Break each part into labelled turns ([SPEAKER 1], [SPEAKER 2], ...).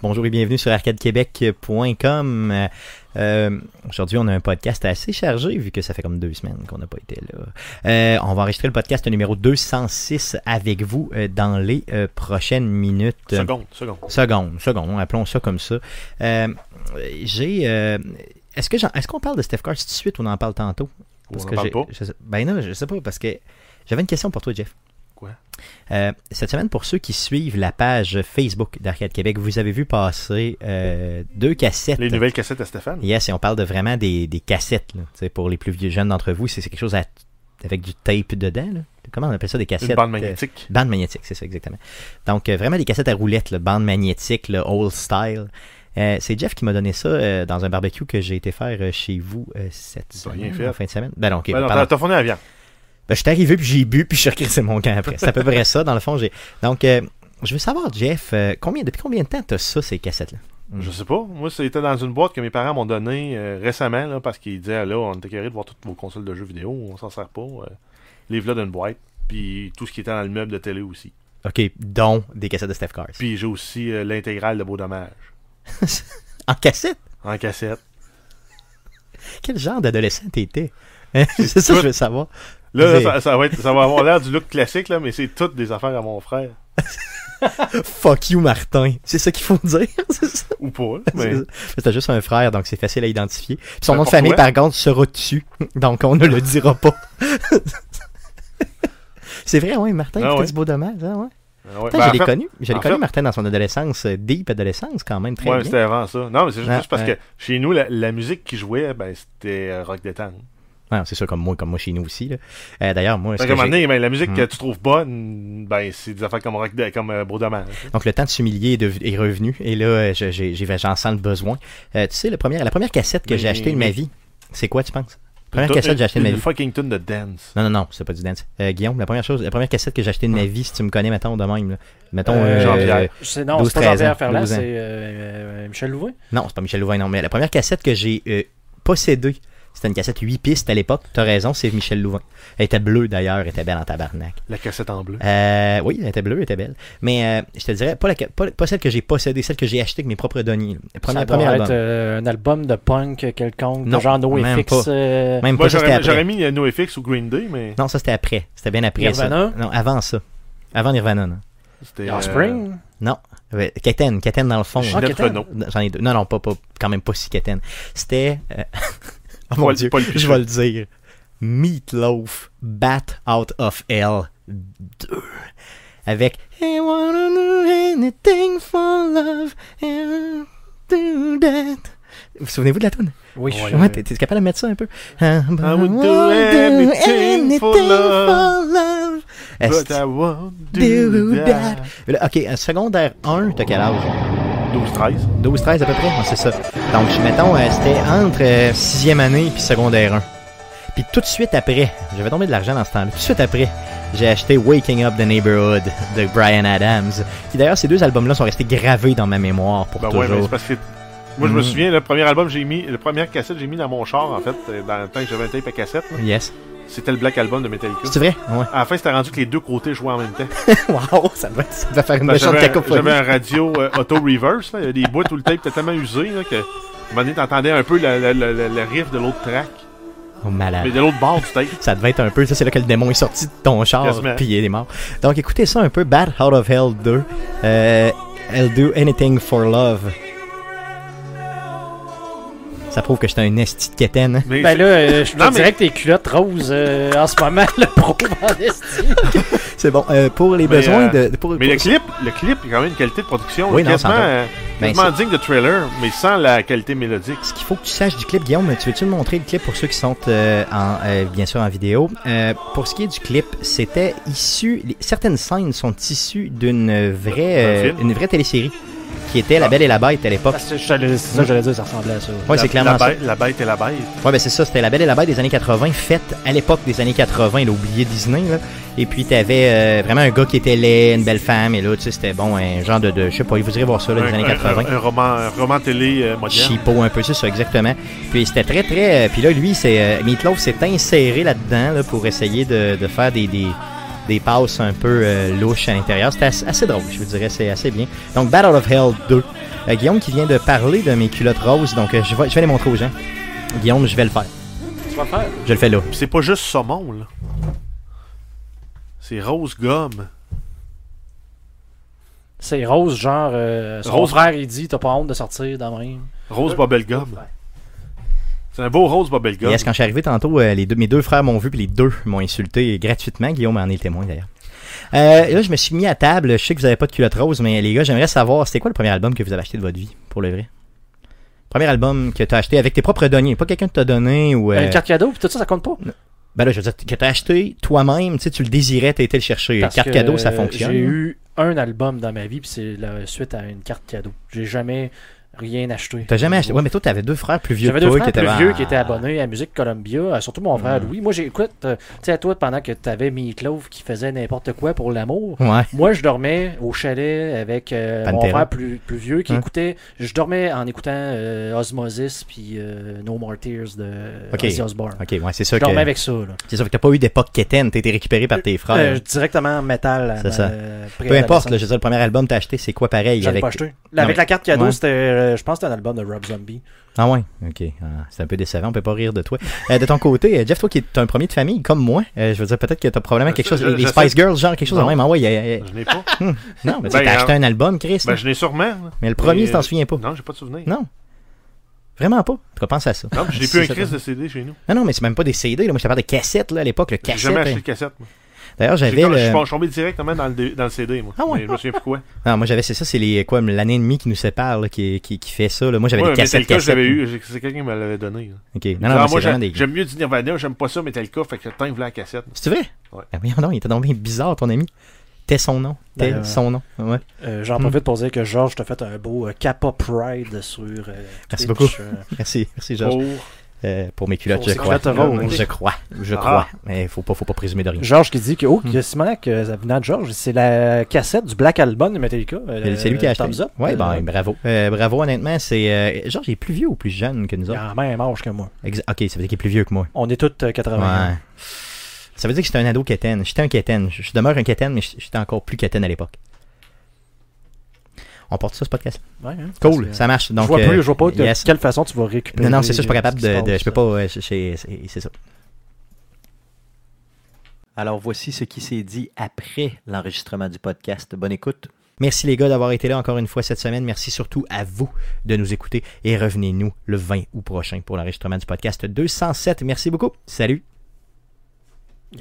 [SPEAKER 1] Bonjour et bienvenue sur arcadequebec.com. Euh, Aujourd'hui, on a un podcast assez chargé vu que ça fait comme deux semaines qu'on n'a pas été là. Euh, on va enregistrer le podcast numéro 206 avec vous euh, dans les prochaines minutes.
[SPEAKER 2] Seconde, seconde.
[SPEAKER 1] Seconde, seconde, appelons ça comme ça. Euh, J'ai. euh, Est-ce que est-ce qu'on parle de Steph Curry tout de suite ou on en parle tantôt?
[SPEAKER 2] Parce
[SPEAKER 1] que
[SPEAKER 2] on en parle
[SPEAKER 1] j'ai-
[SPEAKER 2] pas.
[SPEAKER 1] je sais- ben non, je sais pas parce que j'avais une question pour toi, Jeff.
[SPEAKER 2] Quoi?
[SPEAKER 1] Euh, cette semaine, pour ceux qui suivent la page Facebook d'Arcade Québec, vous avez vu passer euh, deux cassettes.
[SPEAKER 2] Les nouvelles cassettes à Stéphane.
[SPEAKER 1] Yes, et on parle de vraiment des, des cassettes. là. Tu sais, Pour les plus vieux jeunes d'entre vous, c'est c'est quelque chose à- avec du tape dedans. là. Comment on appelle ça des cassettes?
[SPEAKER 2] Une bande
[SPEAKER 1] euh,
[SPEAKER 2] magnétique.
[SPEAKER 1] Bande magnétique, c'est ça exactement. Donc euh, vraiment des cassettes à roulettes, le bande magnétique, le old style. Euh, c'est Jeff qui m'a donné ça euh, dans un barbecue que j'ai été faire euh, chez vous euh, cette
[SPEAKER 2] T'as
[SPEAKER 1] semaine,
[SPEAKER 2] rien fait.
[SPEAKER 1] en fin de semaine. Ben non, ok,
[SPEAKER 2] Ben non,
[SPEAKER 1] pardon.
[SPEAKER 2] t'as- T'as fourni la viande.
[SPEAKER 1] Ben, je suis arrivé, puis j'ai bu, puis je suis recrissé mon camp après. C'est à peu près ça, dans le fond. j'ai Donc, euh, je veux savoir, Jeff, euh, combien, depuis combien de temps t'as ça, ces cassettes-là? Mm.
[SPEAKER 2] Je sais pas. Moi, c'était dans une boîte que mes parents m'ont donnée euh, récemment là, parce qu'ils disaient là, on était carré de voir toutes vos consoles de jeux vidéo, on s'en sert pas. Euh, Livre-là d'une boîte. Puis tout ce qui était dans le meuble de télé aussi.
[SPEAKER 1] OK, dont des cassettes de Steph Cars.
[SPEAKER 2] Puis j'ai aussi euh, l'intégrale de Beau Dommage.
[SPEAKER 1] En cassette?
[SPEAKER 2] En cassette.
[SPEAKER 1] Quel genre d'adolescent t'étais? c'est ça que je veux savoir.
[SPEAKER 2] Là, là,
[SPEAKER 1] C'est-
[SPEAKER 2] ça, ça va être- ça va avoir l'air du look classique, là, mais c'est toutes des affaires à mon frère.
[SPEAKER 1] Fuck you, Martin. C'est ça qu'il faut dire. c'est ça.
[SPEAKER 2] Ou pas. là,
[SPEAKER 1] C'est
[SPEAKER 2] Mais... euh,
[SPEAKER 1] ça. T'as juste un frère, donc c'est facile à identifier. Puis son
[SPEAKER 2] Ben,
[SPEAKER 1] nom de
[SPEAKER 2] pour
[SPEAKER 1] famille,
[SPEAKER 2] toi.
[SPEAKER 1] par contre, sera dessus. Donc on ne le dira pas. c'est vrai, oui, Martin,
[SPEAKER 2] Ah
[SPEAKER 1] c'était
[SPEAKER 2] ouais.
[SPEAKER 1] du beau dommage. hein, ouais.
[SPEAKER 2] Ah ouais.
[SPEAKER 1] Putain,
[SPEAKER 2] Ben, en
[SPEAKER 1] je l'ai
[SPEAKER 2] fait-
[SPEAKER 1] connu. Je l'ai
[SPEAKER 2] en
[SPEAKER 1] connu,
[SPEAKER 2] fait-
[SPEAKER 1] Martin, dans son adolescence, euh, deep adolescence, quand même, très
[SPEAKER 2] Ouais, mais
[SPEAKER 1] bien.
[SPEAKER 2] c'était avant ça. Non, mais c'est juste,
[SPEAKER 1] Ah,
[SPEAKER 2] juste parce
[SPEAKER 1] ouais.
[SPEAKER 2] que chez nous, la, la musique qui jouait, ben, c'était euh, rock détente.
[SPEAKER 1] Ben, Ouais, c'est sûr, comme moi, comme moi chez nous aussi. là. Euh, D'ailleurs, moi, ce
[SPEAKER 2] Fait
[SPEAKER 1] que
[SPEAKER 2] qu'à un moment
[SPEAKER 1] j'ai-
[SPEAKER 2] donné, ben, la musique
[SPEAKER 1] Hmm.
[SPEAKER 2] que tu trouves bonne, ben, c'est des affaires comme rock de- comme euh, Beau Dommage.
[SPEAKER 1] donc le temps de s'humilier est, deve- est revenu. Et là, euh, je- j'ai- j'ai- j'en sens le besoin. Euh, tu sais, le premier, la première cassette que
[SPEAKER 2] Mais-
[SPEAKER 1] j'ai achetée de ma
[SPEAKER 2] mais-
[SPEAKER 1] vie, c'est quoi, tu penses La première
[SPEAKER 2] Une-
[SPEAKER 1] cassette que j'ai achetée de ma
[SPEAKER 2] une
[SPEAKER 1] vie.
[SPEAKER 2] fucking tune de dance.
[SPEAKER 1] Non, non, non, c'est pas du dance. Euh, Guillaume, la première chose, la première cassette que j'ai achetée de ma vie, si tu me connais, mettons, de même. là. Mettons,
[SPEAKER 3] Hum. Euh,
[SPEAKER 1] euh,
[SPEAKER 2] Jean-Pierre.
[SPEAKER 3] C'est- Non,
[SPEAKER 1] 12,
[SPEAKER 3] c'est pas
[SPEAKER 1] 13 ans,
[SPEAKER 3] Jean-Pierre Ferland,
[SPEAKER 1] 12 ans.
[SPEAKER 3] c'est euh, euh, Michel Louvain.
[SPEAKER 1] Non, c'est pas Michel Louvain, non, mais la première cassette que j'ai euh, possédée, c'était une cassette 8 pistes à l'époque. T'as raison, c'est Michel Louvain. Elle était bleue d'ailleurs, elle était belle en tabarnak.
[SPEAKER 2] La cassette en bleu.
[SPEAKER 1] Euh, oui, elle était bleue, elle était belle. Mais euh, je te dirais, pas, la, ca- pas, pas celle que j'ai possédée, celle que j'ai achetée avec mes propres deniers. Le premier,
[SPEAKER 3] ça
[SPEAKER 1] premier
[SPEAKER 3] doit
[SPEAKER 1] album.
[SPEAKER 3] être euh, un album de punk quelconque,
[SPEAKER 1] Non,
[SPEAKER 3] de genre
[SPEAKER 1] même
[SPEAKER 3] NoFX.
[SPEAKER 1] pas.
[SPEAKER 3] euh,
[SPEAKER 1] Même
[SPEAKER 2] Moi,
[SPEAKER 1] pas, ça, c'était
[SPEAKER 2] j'aurais
[SPEAKER 1] après.
[SPEAKER 2] j'aurais mis euh, NoFX ou Green Day, mais
[SPEAKER 1] Non, ça c'était après. C'était bien après
[SPEAKER 3] Nirvana?
[SPEAKER 1] ça. Non, avant ça. Avant Nirvana, non.
[SPEAKER 2] c'était. euh,
[SPEAKER 3] Offspring.
[SPEAKER 1] Euh, Ouais, Keten, Keten dans le fond. hein.
[SPEAKER 2] Ginette
[SPEAKER 3] Ah, Keten.
[SPEAKER 2] Renault.
[SPEAKER 1] J'en ai deux. Non, non, pas, pas- quand même pas si Keten. C'était. euh, oh mon
[SPEAKER 2] Paul-
[SPEAKER 1] dieu,
[SPEAKER 2] Paul
[SPEAKER 1] je
[SPEAKER 2] Pichot.
[SPEAKER 1] vais le dire. Meatloaf, Bat Out of Hell 2. Avec I wanna do anything for love and do that. Vous souvenez-vous de la tune?
[SPEAKER 3] Oui,
[SPEAKER 2] Ouais.
[SPEAKER 3] je
[SPEAKER 1] Ouais, t'es, t'es capable de mettre ça un peu? Hein? I
[SPEAKER 2] would do anything for
[SPEAKER 1] love. Est-ce
[SPEAKER 2] But I won't
[SPEAKER 1] Do
[SPEAKER 2] do that.
[SPEAKER 1] que- là, Ok, un secondaire 1, t'as quel âge?
[SPEAKER 2] 12-13.
[SPEAKER 1] 12-13 à peu près, ouais, c'est ça. Donc, je- mettons, euh, c'était entre 6e année puis secondaire 1. Puis tout de suite après, j'avais tombé de l'argent dans ce temps-là, tout de suite après, j'ai acheté Waking Up the Neighborhood de Brian Adams. Qui d'ailleurs, ces deux albums-là sont restés gravés dans ma mémoire pour
[SPEAKER 2] Ben ouais, mais c'est
[SPEAKER 1] toujours.
[SPEAKER 2] parce que. Moi, je me
[SPEAKER 1] Mm.
[SPEAKER 2] souviens, le premier album, que j'ai mis. Le première cassette, que j'ai mis dans mon char, en fait, euh, dans le temps que j'avais un tape à cassette. là,
[SPEAKER 1] yes.
[SPEAKER 2] C'était le Black Album de Metallica.
[SPEAKER 1] C'est vrai? Ouais.
[SPEAKER 2] À la fin, c'était rendu que les deux côtés jouaient en même temps.
[SPEAKER 1] wow, ça devait, ça devait faire une
[SPEAKER 2] Ben,
[SPEAKER 1] méchante
[SPEAKER 2] J'avais un,
[SPEAKER 1] cacophonie.
[SPEAKER 2] j'avais un radio euh, auto-reverse, là. il y a des boîtes où le tape était tellement usé là, que à un moment donné, t'entendais un peu le, le- le- le- le riff de l'autre track,
[SPEAKER 1] Oh, malade.
[SPEAKER 2] mais de l'autre bord du tape.
[SPEAKER 1] Ça devait être un peu, ça c'est là que le démon est sorti de ton char,
[SPEAKER 2] Quasiment.
[SPEAKER 1] puis il est mort. Donc écoutez ça un peu, Bad Out of Hell 2. Euh, I'll do anything for love. Ça prouve que j'étais un esti de quétaine, hein.
[SPEAKER 2] Mais
[SPEAKER 3] Ben là, euh, je te
[SPEAKER 2] Non, mais-
[SPEAKER 3] dirais que tes culottes roses euh, en ce moment le prouve en esti.
[SPEAKER 1] C'est bon, euh, pour les
[SPEAKER 2] Mais,
[SPEAKER 1] besoins
[SPEAKER 2] euh,
[SPEAKER 1] de... pour-
[SPEAKER 2] mais le
[SPEAKER 1] pour-
[SPEAKER 2] clip, le clip, il y a quand même une qualité de production
[SPEAKER 1] Oui,
[SPEAKER 2] là,
[SPEAKER 1] non,
[SPEAKER 2] quasiment,
[SPEAKER 1] sans doute.
[SPEAKER 2] euh,
[SPEAKER 1] Ben,
[SPEAKER 2] quasiment digne de trailer, mais sans la qualité mélodique.
[SPEAKER 1] Ce qu'il faut que tu saches du clip, Guillaume, tu veux-tu me montrer le clip pour ceux qui sont euh, en, euh, bien sûr en vidéo? Euh, pour ce qui est du clip, c'était issu. les- Certaines scènes sont issues d'une vraie,
[SPEAKER 2] D'un
[SPEAKER 1] euh,
[SPEAKER 2] film? Ah.
[SPEAKER 1] une vraie télésérie. qui était La Belle et la Bête à l'époque.
[SPEAKER 3] Parce que je t'allais- C'est ça que j'allais dire, ça ressemblait à ça.
[SPEAKER 1] Ouais,
[SPEAKER 2] La-
[SPEAKER 1] c'est clairement
[SPEAKER 2] la
[SPEAKER 1] ça.
[SPEAKER 2] bête, la bête et la bête.
[SPEAKER 1] Ouais, ben c'est ça, c'était La Belle et la Bête des années 80, faite à l'époque des années 80, il a oublié Disney, là. Et puis, t'avais euh, vraiment un gars qui était laid, une belle femme, et là, tu sais, c'était bon, un genre de, de- Je sais pas, vous irez voir ça, là, des
[SPEAKER 2] un,
[SPEAKER 1] années
[SPEAKER 2] un-
[SPEAKER 1] 80.
[SPEAKER 2] un roman, un roman télé euh, moderne.
[SPEAKER 1] Chipo un peu, c'est ça, exactement. Puis c'était très, très... euh, Puis là, lui, c'est euh, Meatloaf s'est inséré là-dedans là, pour essayer de, de faire des, des, des passes un peu euh, louches à l'intérieur. C'était assez, assez drôle, je vous dirais, c'est assez bien. Donc, Battle of Hell 2. Euh, Guillaume qui vient de parler de mes culottes roses, donc euh, je, vais, je vais les montrer aux gens. Guillaume, je vais le faire.
[SPEAKER 3] Tu vas faire.
[SPEAKER 1] Je le fais là.
[SPEAKER 2] Puis C'est pas juste saumon, là. C'est rose gomme.
[SPEAKER 3] C'est Rose, genre. euh, son
[SPEAKER 2] Rose.
[SPEAKER 3] frère, il dit T'as pas honte de sortir dans même.
[SPEAKER 2] Rose bubblegum. C'est un beau rose bubblegum.
[SPEAKER 1] Et est-ce quand je suis arrivé tantôt, euh, les deux, mes deux frères m'ont vu puis les deux m'ont insulté gratuitement. Guillaume en est le témoin d'ailleurs. Euh, là, je me suis mis à table. Je sais que vous n'avez pas de culotte rose, mais les gars, j'aimerais savoir, c'était quoi le premier album que vous avez acheté de votre vie, pour le vrai Premier album que tu as acheté avec tes propres deniers, pas quelqu'un qui t'a donné ou. euh,
[SPEAKER 3] Une carte cadeau, puis tout ça, ça compte pas.
[SPEAKER 1] Ben là, je veux dire, que tu as acheté toi-même, tu sais, tu le désirais, tu été le chercher.
[SPEAKER 3] Parce
[SPEAKER 1] Carte
[SPEAKER 3] que,
[SPEAKER 1] cadeau, ça
[SPEAKER 3] euh,
[SPEAKER 1] fonctionne.
[SPEAKER 3] J'ai eu un album dans ma vie, puis c'est la suite à une carte cadeau. J'ai jamais rien acheté.
[SPEAKER 1] T'as jamais acheté. Ouais, mais toi, t'avais deux frères plus vieux
[SPEAKER 3] J'avais
[SPEAKER 1] que
[SPEAKER 3] deux
[SPEAKER 1] toi
[SPEAKER 3] frères
[SPEAKER 1] qui Mm. étaient
[SPEAKER 3] plus
[SPEAKER 1] dans-
[SPEAKER 3] vieux qui étaient abonnés à Musique Columbia, euh, surtout mon frère Louis. Moi, j'écoute, euh, tu sais, à toi, pendant que t'avais Meatloaf qui faisait n'importe quoi pour l'amour,
[SPEAKER 1] Ouais.
[SPEAKER 3] moi, je dormais au chalet avec euh, mon
[SPEAKER 1] Pantera.
[SPEAKER 3] frère plus, plus vieux qui
[SPEAKER 1] Hein?
[SPEAKER 3] écoutait. Je dormais en écoutant euh, Osmosis puis euh, No More Tears de
[SPEAKER 1] Ok.
[SPEAKER 3] Ozzy Osbourne.
[SPEAKER 1] Ok, ouais, c'est
[SPEAKER 3] Je
[SPEAKER 1] ça que.
[SPEAKER 3] dormais avec ça. là.
[SPEAKER 1] C'est ça que t'as pas eu d'époque quétaine, t'as été récupéré par tes frères.
[SPEAKER 3] Euh, directement en métal. à
[SPEAKER 1] C'est
[SPEAKER 3] ma-
[SPEAKER 1] ça.
[SPEAKER 3] euh,
[SPEAKER 1] Peu importe, là,
[SPEAKER 3] préadolescence.
[SPEAKER 1] je veux dire, le premier album que t'as acheté, c'est quoi pareil
[SPEAKER 3] J'en ai
[SPEAKER 1] avec...
[SPEAKER 3] pas acheté. Là, avec
[SPEAKER 1] mais-
[SPEAKER 3] la carte cadeau,
[SPEAKER 1] Ouais.
[SPEAKER 3] c'était, euh, je pense, que c'était un album de Rob Zombie.
[SPEAKER 1] Ah ouais, ok. Ah, c'est un peu décevant, on peut pas rire de toi. Euh, de ton côté, euh, Jeff, toi qui es un premier de famille, comme moi, euh, je veux dire, peut-être que t'as probablement quelque chose,
[SPEAKER 2] Je- je-
[SPEAKER 1] les
[SPEAKER 2] je
[SPEAKER 1] Spice
[SPEAKER 2] sais-
[SPEAKER 1] Girls, genre quelque chose de
[SPEAKER 2] Non.
[SPEAKER 1] même. Ah ouais, y a- y a-
[SPEAKER 2] Je n'ai pas.
[SPEAKER 1] non, mais tu sais,
[SPEAKER 2] Ben,
[SPEAKER 1] t'as
[SPEAKER 2] euh,
[SPEAKER 1] acheté un album, Chris.
[SPEAKER 2] ben,
[SPEAKER 1] là.
[SPEAKER 2] je l'ai sûrement. là.
[SPEAKER 1] mais le premier,
[SPEAKER 2] mais,
[SPEAKER 1] tu t'en
[SPEAKER 2] euh,
[SPEAKER 1] souviens pas.
[SPEAKER 2] Non, j'ai pas de souvenir.
[SPEAKER 1] Non. Vraiment pas. Tu penses à ça.
[SPEAKER 2] Non, puis je n'ai
[SPEAKER 1] C'est
[SPEAKER 2] plus un
[SPEAKER 1] ça,
[SPEAKER 2] crise de CD chez nous.
[SPEAKER 1] Non, non, mais c'est même pas des CD. Là. Moi, je te parle de cassettes là, à l'époque, le
[SPEAKER 2] J'ai
[SPEAKER 1] cassette.
[SPEAKER 2] jamais acheté
[SPEAKER 1] hein.
[SPEAKER 2] de cassette. moi.
[SPEAKER 1] D'ailleurs,
[SPEAKER 2] J'ai
[SPEAKER 1] j'avais.
[SPEAKER 2] comme- Je
[SPEAKER 1] le-
[SPEAKER 2] suis je suis tombé directement dans le, dé- dans le CD, moi.
[SPEAKER 1] Ah ouais.
[SPEAKER 2] Mais je me souviens plus quoi.
[SPEAKER 1] Non, Ah, moi, j'avais, c'est ça, c'est les quoi, l'année et demie qui nous sépare, là, qui, qui, qui fait ça. Là. Moi, j'avais
[SPEAKER 2] Ouais,
[SPEAKER 1] des
[SPEAKER 2] mais c'est
[SPEAKER 1] cassettes.
[SPEAKER 2] le cas, je
[SPEAKER 1] cassettes,
[SPEAKER 2] l'avais
[SPEAKER 1] là.
[SPEAKER 2] eu. J'ai- C'est quelqu'un qui me l'avait donné. là.
[SPEAKER 1] Ok. Non, non,
[SPEAKER 2] Genre,
[SPEAKER 1] mais
[SPEAKER 2] moi,
[SPEAKER 1] c'est vraiment
[SPEAKER 2] j'ai-
[SPEAKER 1] des.
[SPEAKER 2] j'aime mieux du Nirvana, j'aime pas ça, mais t'as le cas, fait que tant voulait la cassette.
[SPEAKER 1] C'est vrai?
[SPEAKER 2] Ouais.
[SPEAKER 1] Ah oui, non, il était donc bien bizarre, ton ami. T'es son nom. T'es
[SPEAKER 3] Ben, euh,
[SPEAKER 1] son nom. Ouais.
[SPEAKER 3] Euh, J'en
[SPEAKER 1] Hmm.
[SPEAKER 3] profite pour dire que Georges t'a fait un beau euh, Kappa Pride sur euh,
[SPEAKER 1] Merci
[SPEAKER 3] Twitch,
[SPEAKER 1] beaucoup.
[SPEAKER 3] euh,
[SPEAKER 1] Merci, merci Georges.
[SPEAKER 2] Pour
[SPEAKER 3] Oh.
[SPEAKER 1] Euh, pour mes culottes,
[SPEAKER 3] Pour
[SPEAKER 1] je
[SPEAKER 3] ses
[SPEAKER 1] crois.
[SPEAKER 3] culottes roses.
[SPEAKER 1] Je crois. Je
[SPEAKER 2] Ah.
[SPEAKER 1] crois. Mais faut pas, faut pas présumer de rien.
[SPEAKER 3] Georges qui dit que,
[SPEAKER 1] Hmm.
[SPEAKER 3] oh, que Simonac, euh, ça venait de Georges, c'est la cassette du Black Album de Metallica. euh,
[SPEAKER 1] C'est- c'est lui qui a acheté.
[SPEAKER 3] Thumbs Up.
[SPEAKER 1] ouais,
[SPEAKER 3] Euh,
[SPEAKER 1] ben, bravo. Euh, bravo, honnêtement. C'est, euh, Georges il est plus vieux ou plus jeune que nous
[SPEAKER 3] il
[SPEAKER 1] autres?
[SPEAKER 3] a la même âge que moi.
[SPEAKER 1] Exa- ok, ça veut dire qu'il est plus vieux que moi.
[SPEAKER 3] On est tous euh, 80.
[SPEAKER 1] Ouais. Ça veut dire que j'étais un ado quétaine. J'étais un quétaine. Je, je demeure un quétaine, mais j'étais encore plus quétaine à l'époque. On porte ça, ce podcast.
[SPEAKER 3] Ouais, hein,
[SPEAKER 1] Cool,
[SPEAKER 3] parce que-
[SPEAKER 1] ça marche. Donc,
[SPEAKER 3] je vois
[SPEAKER 1] euh,
[SPEAKER 3] plus, je vois pas de
[SPEAKER 1] yes.
[SPEAKER 3] quelle façon tu vas récupérer.
[SPEAKER 1] Non, non, c'est ça, je suis pas capable
[SPEAKER 3] ce qui
[SPEAKER 1] de.
[SPEAKER 3] se
[SPEAKER 1] de-
[SPEAKER 3] passe.
[SPEAKER 1] je peux pas. ouais, c'est- c'est c'est- c'est ça.
[SPEAKER 4] Alors voici ce qui s'est dit après l'enregistrement du podcast. Bonne écoute.
[SPEAKER 1] Merci les gars d'avoir été là encore une fois cette semaine. Merci surtout à vous de nous écouter et revenez-nous le 20 août prochain pour l'enregistrement du podcast 207. Merci beaucoup. Salut.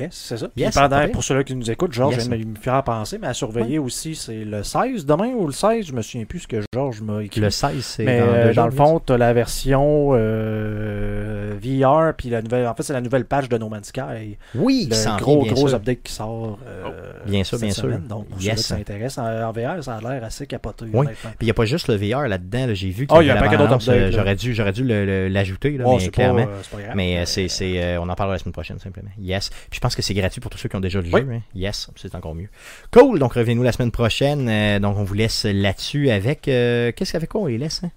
[SPEAKER 3] Yes, c'est ça.
[SPEAKER 1] Yes,
[SPEAKER 3] Puis pendant-
[SPEAKER 1] pas pire.
[SPEAKER 3] pour ceux-là qui nous écoutent, Georges
[SPEAKER 1] Yes.
[SPEAKER 3] vient de me faire penser, mais à surveiller aussi, c'est le 16 demain ou le 16, je me souviens plus ce que Georges m'a écrit.
[SPEAKER 1] Le 16, c'est
[SPEAKER 3] Mais
[SPEAKER 1] dans,
[SPEAKER 3] euh,
[SPEAKER 1] deux
[SPEAKER 3] dans le
[SPEAKER 1] jours,
[SPEAKER 3] fond, tu la version euh, VR, puis la nouvelle. En fait, c'est la nouvelle patch de No Man's Sky.
[SPEAKER 1] Oui, qui s'en
[SPEAKER 3] Le gros,
[SPEAKER 1] vient, bien
[SPEAKER 3] gros
[SPEAKER 1] sûr. Oh,
[SPEAKER 3] update qui sort. euh,
[SPEAKER 1] Bien sûr,
[SPEAKER 3] cette
[SPEAKER 1] bien sûr.
[SPEAKER 3] semaine. Donc, pour
[SPEAKER 1] Yes.
[SPEAKER 3] ceux-là qui s'intéressent, en, en VR, ça a l'air assez capoté.
[SPEAKER 1] Oui.
[SPEAKER 3] honnêtement.
[SPEAKER 1] Puis il n'y a pas juste le VR là-dedans. là. J'ai vu
[SPEAKER 3] Ah, il y a
[SPEAKER 1] avait
[SPEAKER 3] un paquet d'autres
[SPEAKER 1] l'abondance, euh,
[SPEAKER 3] updates, là.
[SPEAKER 1] J'aurais dû, j'aurais dû le- le- l'ajouter, là,
[SPEAKER 3] Bon,
[SPEAKER 1] mais
[SPEAKER 3] c'est pas,
[SPEAKER 1] clairement.
[SPEAKER 3] euh, c'est pas grave.
[SPEAKER 1] Mais euh, c'est, c'est, euh, on en parlera la semaine prochaine, simplement. Yes. Puis je pense que c'est gratuit pour tous ceux qui ont déjà le
[SPEAKER 3] Oui.
[SPEAKER 1] jeu. hein. Yes, c'est encore mieux. Cool, donc revenez-nous la semaine prochaine. Euh, donc on vous laisse là-dessus avec... euh, qu'est-ce qu'avec quoi on les laisse hein?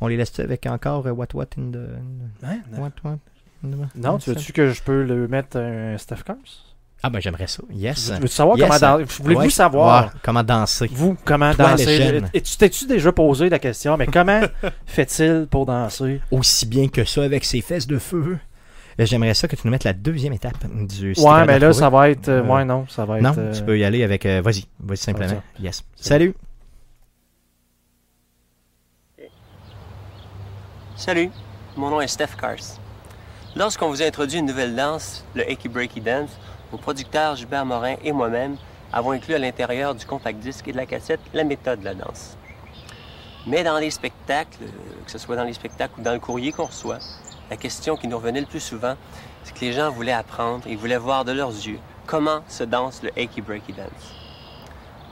[SPEAKER 1] On les laisse avec encore euh, What What in the...
[SPEAKER 3] Hein? Non,
[SPEAKER 1] What What in the-
[SPEAKER 3] Non, tu veux-tu que je peux le mettre un Steph Combs
[SPEAKER 1] Ah ben j'aimerais ça. Yes.
[SPEAKER 3] Tu veux- tu veux savoir
[SPEAKER 1] Yes.
[SPEAKER 3] comment. dans- Voulez-vous
[SPEAKER 1] Ouais.
[SPEAKER 3] savoir
[SPEAKER 1] Ouais, comment danser.
[SPEAKER 3] Vous, comment
[SPEAKER 1] Toi, les
[SPEAKER 3] danser?
[SPEAKER 1] jeunes.
[SPEAKER 3] Et tu t'es-tu déjà posé la question, mais comment fait-il pour danser?
[SPEAKER 1] Aussi bien que ça avec ses fesses de feu. Euh, J'aimerais ça que tu nous mettes la deuxième étape du si t'es
[SPEAKER 3] ouais,
[SPEAKER 1] capable
[SPEAKER 3] mais
[SPEAKER 1] de
[SPEAKER 3] là,
[SPEAKER 1] la
[SPEAKER 3] ça va être. euh,
[SPEAKER 1] Euh,
[SPEAKER 3] ouais, non, ça va être.
[SPEAKER 1] Non,
[SPEAKER 3] euh,
[SPEAKER 1] tu peux y aller avec. euh, vas-y, vas-y simplement.
[SPEAKER 3] ça.
[SPEAKER 1] Yes.
[SPEAKER 3] C'est
[SPEAKER 1] Salut.
[SPEAKER 5] Salut, mon nom est Steph Cars. Lorsqu'on vous a introduit une nouvelle danse, le Hickey Breaky Dance, mon producteur Gilbert Morin et moi-même avons inclus à l'intérieur du compact disque et de la cassette la méthode de la danse. Mais dans les spectacles, euh, que ce soit dans les spectacles ou dans le courrier qu'on reçoit, la question qui nous revenait le plus souvent, c'est que les gens voulaient apprendre et voulaient voir de leurs yeux comment se danse le Hickey Breaky Dance.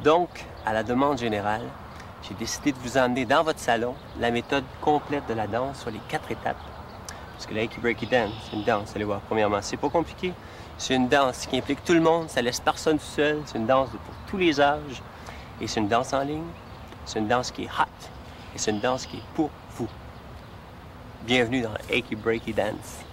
[SPEAKER 5] Donc, à la demande générale, j'ai décidé de vous emmener dans votre salon la méthode complète de la danse sur les quatre étapes. Parce que la Hickey Breaky Dance, c'est une danse, allez voir, premièrement, c'est pas compliqué. C'est une danse qui implique tout le monde, ça laisse personne tout seul. C'est une danse pour tous les âges. Et c'est une danse en ligne. C'est une danse qui est hot. Et c'est une danse qui est pour vous. Bienvenue dans la Hickey Breaky Dance.